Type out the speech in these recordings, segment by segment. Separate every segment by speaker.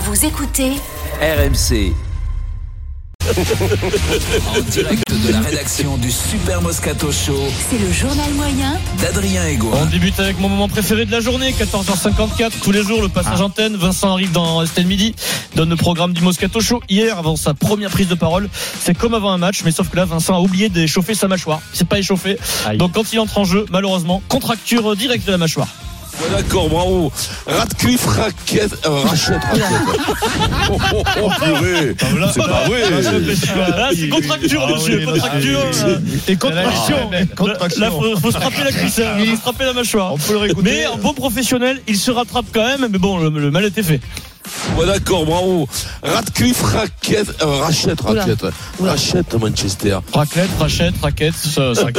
Speaker 1: Vous écoutez
Speaker 2: RMC. en direct de la rédaction du Super Moscato Show
Speaker 1: C'est le journal moyen
Speaker 2: d'Adrien Egoin.
Speaker 3: On débute avec mon moment préféré de la journée, 14h54, tous les jours, le passage antenne. Vincent arrive dans Estelle Midi, donne le programme du Moscato Show. Hier, avant sa première prise de parole, c'est comme avant un match, mais sauf que là, Vincent a oublié d'échauffer sa mâchoire. Il s'est pas échauffé.
Speaker 4: Aïe.
Speaker 3: Donc quand il entre en jeu, malheureusement, contracture directe de la mâchoire.
Speaker 5: Ouais, D'accord, bravo. Radcliffe raquette, euh, rachète raquette. Oh, oh, oh, purée. Ah, C'est pas
Speaker 4: Ah,
Speaker 5: vrai.
Speaker 6: Ah
Speaker 3: Là, c'est Ah, contracture, monsieur, contracture. euh,
Speaker 4: Et contraction.
Speaker 3: Là, faut, faut se frapper la cuisse, hein, faut se frapper la mâchoire.
Speaker 4: On peut le réécouter.
Speaker 3: Mais en bon professionnel, il se rattrape quand même, mais bon, le, le mal était fait.
Speaker 5: Ouais, D'accord, bravo. Radcliffe raquette, euh, rachète raquette. Rachète Manchester.
Speaker 3: Raclette, rachette, raquette,
Speaker 6: Euh,
Speaker 3: ça, ça,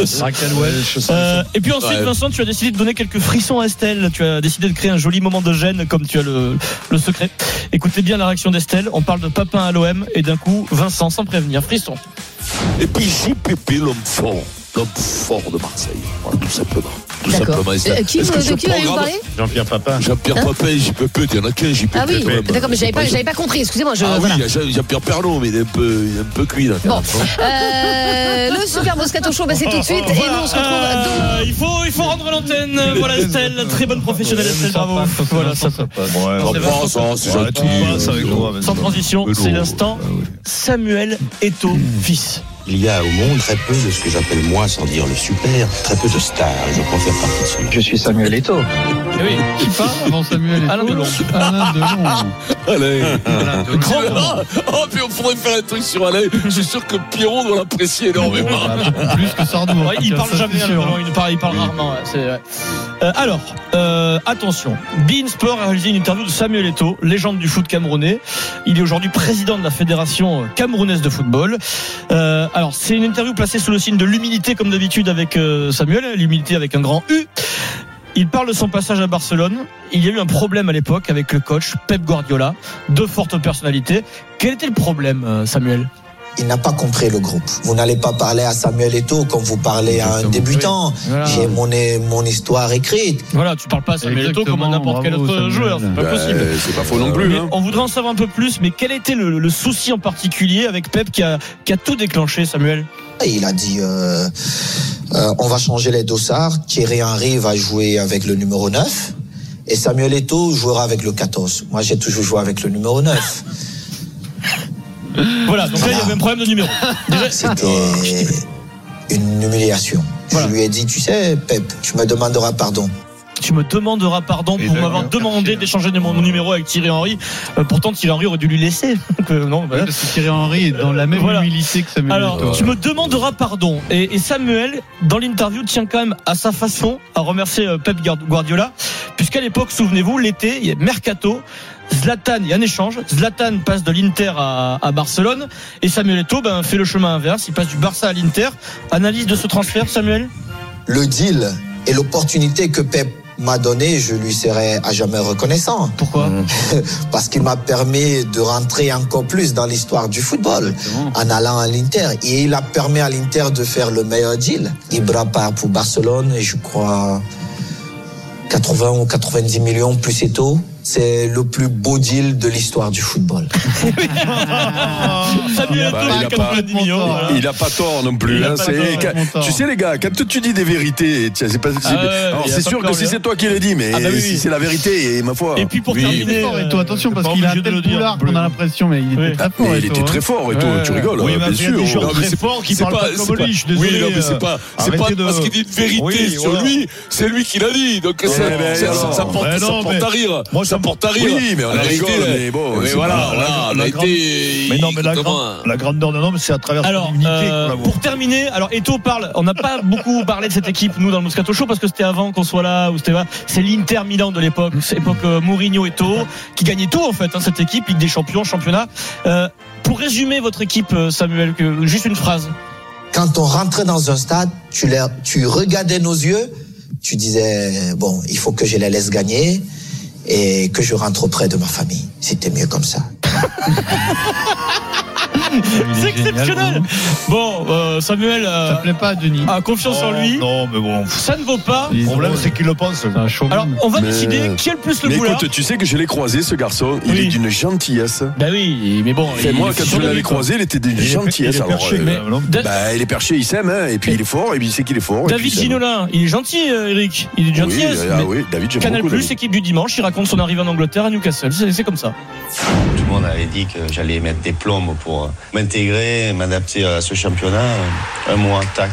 Speaker 3: Euh, et puis ensuite,
Speaker 5: Ouais.
Speaker 3: Vincent, tu as décidé de donner quelques frissons à Estelle. Tu as décidé de créer un joli moment de gêne, comme tu as le, le secret. Écoutez bien la réaction d'Estelle. On parle de Papin à l'OM, et d'un coup, Vincent, sans prévenir, frisson.
Speaker 5: Et puis JPP, l'homme fort. L'homme fort de Marseille. Voilà, tout simplement. Tout simplement. Et ça-
Speaker 7: Euh, qui,
Speaker 5: est-ce que
Speaker 7: de
Speaker 5: ce
Speaker 7: qui allez-vous
Speaker 5: programme-
Speaker 7: parler
Speaker 4: Jean-Pierre Papin.
Speaker 5: Jean-Pierre Papin et JPP, il y en a qu'un, JPP.
Speaker 7: Ah oui,
Speaker 5: quand même.
Speaker 7: d'accord, mais j'avais pas, j'avais pas compris, excusez-moi. Je,
Speaker 5: bah, Ah oui,
Speaker 7: voilà.
Speaker 5: il y a Jean- Jean-Pierre Pernaud, mais il est un peu, il est un peu cuit, là. quand
Speaker 7: Bon,
Speaker 5: même, hein.
Speaker 7: euh, le Super Moscato Show, bah, c'est tout de suite, et nous on se retrouve demain.
Speaker 3: Euh, il, faut, il faut rendre l'antenne. Voilà Estelle, très bonne professionnelle Estelle, bravo. Voilà, ça,
Speaker 4: Ouais,
Speaker 5: Ça
Speaker 3: c'est
Speaker 5: passe, hein, c'est
Speaker 4: Ouais,
Speaker 5: gentil. euh,
Speaker 4: tout passe avec toi, vas-y.
Speaker 3: sans transition,
Speaker 5: Mais non.
Speaker 3: c'est l'instant Samuel Eto, fils.
Speaker 8: Il y a au monde très peu de ce que j'appelle moi, sans dire le super, très peu de stars. et Je préfère partie de cela.
Speaker 9: Je suis Samuel Eto.
Speaker 3: oui,
Speaker 6: Qui parle avant Samuel et
Speaker 3: Alain
Speaker 6: tout
Speaker 3: Delon.
Speaker 6: Alain Delon.
Speaker 5: Allez.
Speaker 6: Alain Delon.
Speaker 5: Oh, là oh, puis on pourrait faire un truc sur Alain. Je suis sûr que Pierrot doit l'apprécier énormément.
Speaker 6: Plus que Sardou. hein,
Speaker 3: Ouais, il parle
Speaker 6: Ça, c'est
Speaker 3: jamais,
Speaker 6: sûr. hein.
Speaker 3: Alain Delon, il parle, il parle rarement. ouais, c'est vrai. Euh, alors, euh, attention. Bein Sport a réalisé une interview de Samuel Eto'o, légende du foot camerounais. Il est aujourd'hui président de la fédération camerounaise de football. Euh, alors, c'est une interview placée sous le signe de l'humilité, comme d'habitude avec euh, Samuel, l'humilité avec un grand U. Il parle de son passage à Barcelone. Il y a eu un problème à l'époque avec le coach Pep Guardiola, deux fortes personnalités. Quel était le problème, euh, Samuel
Speaker 10: Il n'a pas compris le groupe. Vous n'allez pas parler à Samuel Eto'o comme vous parlez à un
Speaker 6: Exactement.
Speaker 10: débutant.
Speaker 3: Ah.
Speaker 6: Voilà.
Speaker 10: J'ai mon, mon histoire écrite.
Speaker 3: Voilà, tu parles pas à Samuel Eto'o comme à
Speaker 6: Exactement,
Speaker 3: n'importe quel
Speaker 6: bravo,
Speaker 3: autre
Speaker 6: Samuel. Bah, hein.
Speaker 3: joueur, c'est pas possible.
Speaker 8: Euh,
Speaker 5: c'est pas faux non plus.
Speaker 3: Mais On voudrait en savoir un peu plus, mais quel était le, le souci en particulier avec Pep qui a, qui a tout déclenché, Samuel
Speaker 10: Et il a dit, euh, euh, on va changer les dossards. Thierry Henry va jouer avec le numéro 9. Et Samuel Eto'o jouera avec le 14. Moi, j'ai toujours joué avec le numéro 9.
Speaker 3: Voilà, donc là il y avait un problème de numéro. Déjà,
Speaker 10: C'était une humiliation.
Speaker 3: Voilà.
Speaker 10: Je lui ai dit, tu sais, Pep, tu me demanderas pardon.
Speaker 3: tu me demanderas pardon
Speaker 4: Et
Speaker 3: pour
Speaker 4: de-
Speaker 3: m'avoir
Speaker 4: de-
Speaker 3: demandé d'échanger mon numéro avec Thierry Henry. Euh, pourtant, Thierry Henry aurait dû lui laisser. Donc, euh, non, voilà.
Speaker 6: Parce que Thierry Henry est dans la même
Speaker 3: Voilà.
Speaker 6: humilité que Samuel Eto'o.
Speaker 3: Alors, ah, tu me demanderas pardon. Et, et Samuel, dans l'interview, tient quand même à sa façon à remercier euh, Pep Guard- Guardiola, puisqu'à l'époque, souvenez-vous, l'été, il y a Mercato, Zlatan, il y a un échange. Zlatan passe de l'Inter à, à Barcelone, et Samuel Eto'o ben, fait le chemin inverse. Il passe du Barça à l'Inter. Analyse de ce transfert, Samuel
Speaker 10: Le deal et l'opportunité que Pep m'a donnée, je lui serai à jamais reconnaissant.
Speaker 3: Pourquoi
Speaker 10: parce qu'il m'a permis de rentrer encore plus dans l'histoire du football en allant à l'Inter. Et il a permis à l'Inter de faire le meilleur deal. Ibra part pour Barcelone, et je crois 80 ou 90 millions plus Eto. C'est le plus beau deal de l'histoire du football.
Speaker 3: Samuel
Speaker 5: bah,
Speaker 3: Eto'o,
Speaker 5: il a
Speaker 3: 90
Speaker 6: Ah, pas-
Speaker 3: millions. voilà.
Speaker 5: Il a pas tort non plus.
Speaker 3: Il a
Speaker 5: hein,
Speaker 3: pas
Speaker 5: c'est-
Speaker 3: tort,
Speaker 5: ca-
Speaker 6: il a pas
Speaker 5: Tu
Speaker 6: tort.
Speaker 5: sais les gars, quand tu dis des vérités, tiens, c'est pas. hein. c'est-
Speaker 3: Ah ouais,
Speaker 5: Alors
Speaker 3: il y a
Speaker 5: c'est
Speaker 3: pas
Speaker 5: sûr
Speaker 3: tort,
Speaker 5: que si
Speaker 3: lui,
Speaker 5: c'est toi qui l'as dit, mais
Speaker 3: Ah bah oui,
Speaker 5: si
Speaker 3: oui.
Speaker 5: c'est la vérité, et ma foi.
Speaker 3: Et puis pour
Speaker 5: Oui.
Speaker 6: Il
Speaker 3: terminer.
Speaker 6: est fort, Eto'o.
Speaker 3: euh,
Speaker 6: Attention,
Speaker 3: t'es
Speaker 6: parce
Speaker 3: pas
Speaker 6: qu'il a un
Speaker 3: obligé de
Speaker 6: tel
Speaker 3: le dire.
Speaker 6: boulard qu'on a l'impression, mais il
Speaker 3: Oui.
Speaker 6: était très fort.
Speaker 5: Ah, Mais il
Speaker 6: Eto'o,
Speaker 5: était
Speaker 6: hein.
Speaker 5: très fort et toi,
Speaker 6: Ouais,
Speaker 5: tu
Speaker 6: ouais.
Speaker 5: rigoles,
Speaker 6: Oui,
Speaker 5: hein,
Speaker 6: mais
Speaker 5: bien
Speaker 6: il y a
Speaker 5: sûr.
Speaker 6: des gens
Speaker 5: Non, mais
Speaker 6: très
Speaker 5: c'est-
Speaker 6: forts qui
Speaker 5: c'est
Speaker 6: parlent pas
Speaker 5: c'est
Speaker 6: comme Lich,
Speaker 5: Oui,
Speaker 6: désolé,
Speaker 5: non, mais c'est
Speaker 6: euh,
Speaker 5: pas, c'est pas
Speaker 6: arrêtez de-
Speaker 5: parce qu'il dit une vérité
Speaker 3: Oui,
Speaker 5: sur
Speaker 3: voilà.
Speaker 5: lui, c'est lui qui l'a dit. Donc ça,
Speaker 4: mais
Speaker 5: ça-
Speaker 4: alors.
Speaker 5: ça porte,
Speaker 6: Mais
Speaker 5: ça
Speaker 6: non,
Speaker 5: porte
Speaker 6: mais-
Speaker 5: à rire.
Speaker 6: Moi, je
Speaker 5: ça
Speaker 3: ça porte à rire.
Speaker 5: Oui, mais on a
Speaker 3: La
Speaker 5: rigolé,
Speaker 3: vérité,
Speaker 5: mais bon.
Speaker 3: mais
Speaker 5: c'est
Speaker 3: voilà,
Speaker 5: pas-
Speaker 3: la-
Speaker 5: on a
Speaker 3: la grande-
Speaker 5: été.
Speaker 4: Mais non, mais la,
Speaker 5: comment-
Speaker 4: grand- la grandeur d'un homme, c'est à travers
Speaker 3: Alors,
Speaker 4: son dignité
Speaker 3: euh,
Speaker 4: qu'on la voit.
Speaker 3: pour terminer, alors Eto parle. On n'a pas beaucoup parlé de cette équipe nous dans le Moscato Show parce que c'était avant qu'on soit là ou c'était pas. C'est l'Inter Milan de l'époque, c'est époque euh, Mourinho Eto qui gagnait tout en fait. hein, cette équipe, Ligue des Champions, championnat. Euh, pour résumer votre équipe, euh, Samuel, que, juste une phrase.
Speaker 10: Quand on rentrait dans un stade, tu, les- tu regardais nos yeux, tu disais, bon, il faut que je les laisse gagner et que je rentre auprès de ma famille. C'était mieux comme ça.
Speaker 3: C'est exceptionnel. Bon, euh, Samuel euh,
Speaker 6: Ça plaît pas, Denis.
Speaker 3: a confiance en
Speaker 4: Oh,
Speaker 3: lui.
Speaker 4: Non, mais bon. pff,
Speaker 3: Ça ne vaut pas.
Speaker 6: Il
Speaker 4: Le
Speaker 6: est
Speaker 4: problème,
Speaker 6: drôle.
Speaker 4: c'est qu'il le pense.
Speaker 6: C'est un showman.
Speaker 3: Alors, on va
Speaker 5: Mais-
Speaker 3: décider qui a le plus le
Speaker 5: Mais
Speaker 3: boulard.
Speaker 5: écoute, tu sais que je l'ai croisé, ce garçon. Il
Speaker 3: Oui.
Speaker 5: est d'une gentillesse.
Speaker 3: Bah oui, mais bon.
Speaker 5: Enfin,
Speaker 3: il-
Speaker 5: moi,
Speaker 3: il-
Speaker 5: quand
Speaker 3: il-
Speaker 5: je l'avais
Speaker 3: il-
Speaker 5: croisé, hein. il était d'une
Speaker 4: Il est-
Speaker 5: gentillesse.
Speaker 4: il est
Speaker 5: Alors,
Speaker 4: perché,
Speaker 5: euh,
Speaker 4: mais-
Speaker 5: non.
Speaker 3: Da-
Speaker 5: bah, il est perché, il s'aime, hein, et puis il est fort, et puis il sait qu'il est fort. et puis
Speaker 3: David
Speaker 5: il s'aime.
Speaker 3: Ginolin, il est gentil, euh, Eric. Il est
Speaker 5: Oui,
Speaker 3: gentil.
Speaker 5: euh, ah oui, David, j'aime
Speaker 3: Canal
Speaker 5: beaucoup.
Speaker 3: Plus,
Speaker 5: David.
Speaker 3: équipe du dimanche, il raconte son arrivée en Angleterre à Newcastle. C'est c'est comme ça.
Speaker 9: Tout le monde avait dit que j'allais mettre des plombes pour euh, m'intégrer, m'adapter à ce championnat. Euh, Un mois, tac,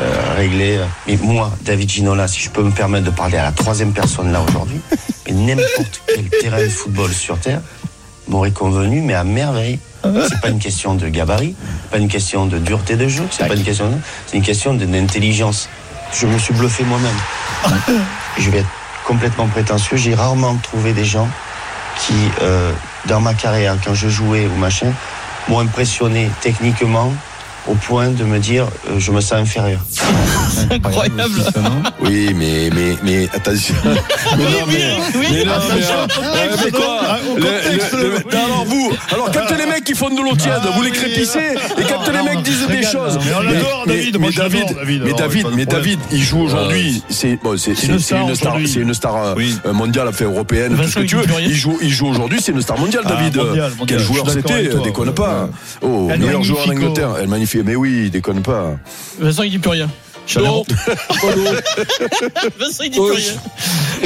Speaker 9: euh, réglé. Mais moi, David Ginola, si je peux me permettre de parler à la troisième personne là aujourd'hui, mais n'importe quel terrain de football sur Terre m'aurait convenu, mais à merveille. C'est pas une question de gabarit, pas une question de dureté de jeu, c'est pas une question de... C'est une question de- d'intelligence. Je me suis bluffé moi-même. Je vais être complètement prétentieux, j'ai rarement trouvé des gens qui, euh, dans ma carrière, quand je jouais ou machin, m'ont impressionné techniquement au point de me dire euh, je me sens inférieur.
Speaker 5: Ah,
Speaker 3: Incroyable.
Speaker 6: aussi, ça, non
Speaker 5: Oui, mais, mais, mais, attention. mais non,
Speaker 3: Oui,
Speaker 5: mais.
Speaker 3: oui, oui.
Speaker 5: Mais non, mais, euh, ouais, mais quoi
Speaker 4: Ah, au
Speaker 5: Le-
Speaker 4: contexte,
Speaker 5: le- le-
Speaker 4: oui.
Speaker 5: Non, Alors vous, alors quand les mecs qui font de l'eau tiède,
Speaker 4: Ah,
Speaker 5: vous les
Speaker 4: oui.
Speaker 5: crépissez, et quand
Speaker 6: Ah,
Speaker 5: les
Speaker 6: non,
Speaker 5: mecs
Speaker 6: on
Speaker 5: disent
Speaker 6: se
Speaker 5: des
Speaker 6: régale,
Speaker 5: choses.
Speaker 6: non, mais
Speaker 4: on l'adore, David,
Speaker 5: Mais
Speaker 4: moi, je
Speaker 5: David,
Speaker 4: l'adore, David,
Speaker 5: mais
Speaker 4: alors,
Speaker 5: David,
Speaker 4: pas de
Speaker 5: mais
Speaker 4: problème. Euh,
Speaker 5: David, il joue aujourd'hui. C'est bon, c'est
Speaker 4: une
Speaker 5: c'est- c'est
Speaker 4: star
Speaker 5: une star,
Speaker 4: aujourd'hui.
Speaker 5: c'est une star euh,
Speaker 4: Oui.
Speaker 5: euh, mondiale, enfin européenne, tout ce
Speaker 3: Vincent
Speaker 5: que tu veux.
Speaker 3: Dupurier.
Speaker 5: Il joue, il joue aujourd'hui, c'est une star mondiale,
Speaker 4: Ah,
Speaker 5: David.
Speaker 4: mondiale, mondiale,
Speaker 5: Quel
Speaker 4: je suis
Speaker 5: joueur
Speaker 4: d'accord
Speaker 5: c'était euh,
Speaker 4: avec toi.
Speaker 5: Déconne
Speaker 4: Ouais.
Speaker 5: pas. Oh,
Speaker 6: El
Speaker 5: meilleur joueur
Speaker 6: Magnifico.
Speaker 5: d'Angleterre. Elle magnifique. Mais oui, déconne pas.
Speaker 3: Vincent, il dit plus rien.
Speaker 5: Chaleur.
Speaker 3: Vincent, il dit plus
Speaker 5: Oui.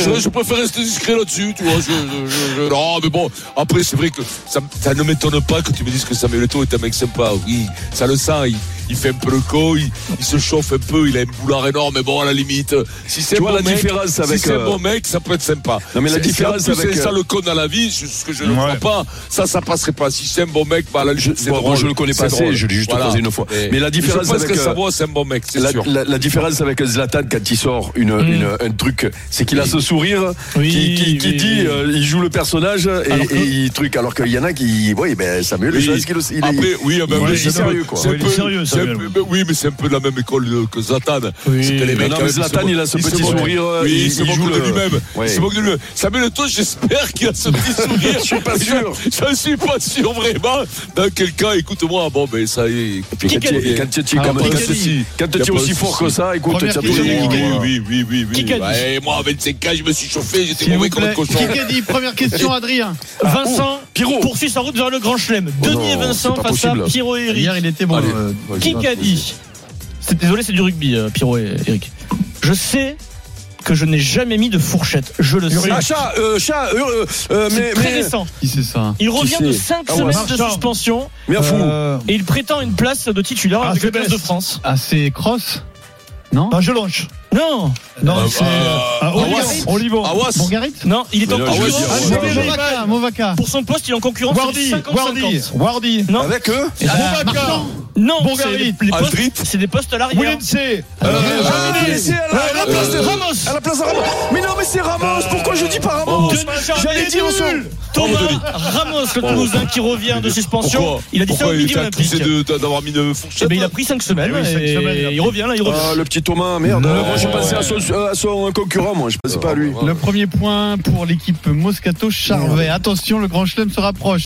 Speaker 3: rien.
Speaker 5: je, je préfère rester discret là-dessus, tu vois. Je, je- je- je- Non, mais bon, après, c'est vrai que ça, ça ne m'étonne pas que tu me dises que Samuel Eto'o est un mec sympa. Oui, ça le sent. Il, il fait un peu le con, il, il se chauffe un peu, il a un boulard énorme, mais bon, à la limite, si c'est un bon mec, si c'est un bon mec, ça peut être sympa. euh, Non, mais la différence avec. euh, ça le con dans la vie, c'est ce que je ne
Speaker 4: Ouais.
Speaker 5: crois pas, ça, ça passerait pas. Si c'est un bon mec, bah, à la limite, c'est drôle. je le connais pas assez, je l'ai juste croisé une fois. Mais la différence avec. que c'est un bon mec, c'est sûr. La, la différence avec Zlatan quand il sort une, une- un truc, c'est qu'il a ce sourire
Speaker 3: Mm. Oui,
Speaker 5: qui, qui- qui
Speaker 3: oui,
Speaker 5: dit,
Speaker 3: oui.
Speaker 5: euh, il joue le personnage et,
Speaker 3: Alors que-
Speaker 5: et il truc. Alors qu'il y en a qui, oui, ben Samuel, je pense qu'il aussi- il est, oui,
Speaker 4: ben oui, c'est
Speaker 5: sérieux quoi.
Speaker 4: c'est un peu- c'est un peu-
Speaker 5: oui, mais c'est un peu la même école euh, que Zlatan.
Speaker 3: C'est que les mecs, avec
Speaker 5: Zlatan, il a ce petit sourire. euh, il, se moque de lui-même. Il se moque de lui-même. Samuel Eto'o, j'espère qu'il a ce petit sourire. Je suis pas sûr. Je suis pas sûr vraiment. Dans quel cas, écoute-moi, bon, ben ça y est. Quand
Speaker 3: Kikadi.
Speaker 5: tu- quand tu-
Speaker 6: Ah,
Speaker 5: quand tu-
Speaker 6: Kikadi.
Speaker 5: quand tu
Speaker 4: Y a
Speaker 5: es
Speaker 4: pas
Speaker 5: aussi
Speaker 4: de
Speaker 5: fort
Speaker 4: souci.
Speaker 5: que ça, hein. écoute, tu
Speaker 6: Première
Speaker 5: as
Speaker 6: question,
Speaker 5: toujours-
Speaker 4: euh,
Speaker 6: Kikadi.
Speaker 5: oui, oui, oui. oui.
Speaker 3: Kikadi.
Speaker 5: Bah, et moi, à 25 ans, je me suis chauffé, j'étais
Speaker 6: S'il vous
Speaker 5: mauvais comme un
Speaker 6: plaît.
Speaker 5: cochon.
Speaker 6: Qui a dit Première question, Adrien.
Speaker 3: Vincent
Speaker 5: Pierrot.
Speaker 3: poursuit sa route vers le Grand Chelem.
Speaker 5: Ah, Oh
Speaker 3: Denis
Speaker 5: non,
Speaker 3: et Vincent
Speaker 5: c'est pas
Speaker 3: face à
Speaker 5: possible.
Speaker 3: Pierrot et Eric.
Speaker 6: Hier, il était bon.
Speaker 5: Allez.
Speaker 6: euh,
Speaker 3: Qui a dit C'est- Désolé, c'est du rugby, euh, Pierrot et Eric. Je sais que je n'ai jamais mis de fourchette. Je le sais.
Speaker 5: Ah, chat, euh, chat, euh, euh, euh, mais,
Speaker 3: C'est très
Speaker 5: mais,
Speaker 3: récent.
Speaker 6: Qui c'est ça
Speaker 3: Il revient de
Speaker 5: c'est
Speaker 3: 5
Speaker 5: Ah ouais.
Speaker 3: semaines de
Speaker 6: Marchand.
Speaker 3: suspension
Speaker 5: mais à fou.
Speaker 4: Euh,
Speaker 3: et il prétend une place de titulaire
Speaker 4: Ah,
Speaker 3: avec
Speaker 4: c'est
Speaker 3: le 15 de
Speaker 4: bête.
Speaker 3: France.
Speaker 6: Ah, c'est Cross Non euh,
Speaker 4: Angelonche.
Speaker 3: Non,
Speaker 4: Non,
Speaker 5: Ah,
Speaker 4: c'est.
Speaker 5: ah,
Speaker 4: Ah, Olivon.
Speaker 5: Awas.
Speaker 4: Olivon.
Speaker 5: Awas.
Speaker 6: Bourgarit
Speaker 3: non, il est en
Speaker 5: Mais là, je veux dire,
Speaker 6: Ah,
Speaker 5: Ah,
Speaker 6: c'est
Speaker 5: Bourgarit.
Speaker 6: Movaca, Movaca.
Speaker 3: Pour son poste, il est en concurrence sur
Speaker 6: Wardy,
Speaker 3: 50-50.
Speaker 6: Wardy, Wardy.
Speaker 3: Non,
Speaker 5: Avec eux
Speaker 3: euh,
Speaker 6: Ah, Marchand,
Speaker 3: non, c'est
Speaker 6: Bourgarit.
Speaker 3: les- les postes-
Speaker 5: Aldrit.
Speaker 3: c'est des postes à l'arrière.
Speaker 6: Willemse. euh,
Speaker 5: Ah, mais c'est à la- à la place de
Speaker 3: Euh,
Speaker 5: Ramos. À la place de Ramos. Mais non, mais c'est Ramos. Pourquoi je dis pas Ramos
Speaker 3: Denis Charvet
Speaker 5: J'allais dire
Speaker 3: est
Speaker 5: au sol.
Speaker 3: nul. Thomas
Speaker 5: Pardon, Denis.
Speaker 3: Ramos, le Toulousain qui revient de suspension. il a dit ça au midi olympique.
Speaker 5: d'avoir mis une
Speaker 3: Eh
Speaker 5: fourchette
Speaker 3: ben, il a pris 5 semaines,
Speaker 6: Eh oui, cinq
Speaker 3: et
Speaker 6: semaines, il a
Speaker 3: il
Speaker 6: pris.
Speaker 3: revient là, il revient.
Speaker 5: Ah, le petit Thomas, merde.
Speaker 6: Non.
Speaker 5: moi, j'ai pensé à son, euh, à son concurrent, moi. Je pensais pas à lui.
Speaker 6: Le premier point pour l'équipe Moscato Charvet. Attention, le grand chelem se rapproche.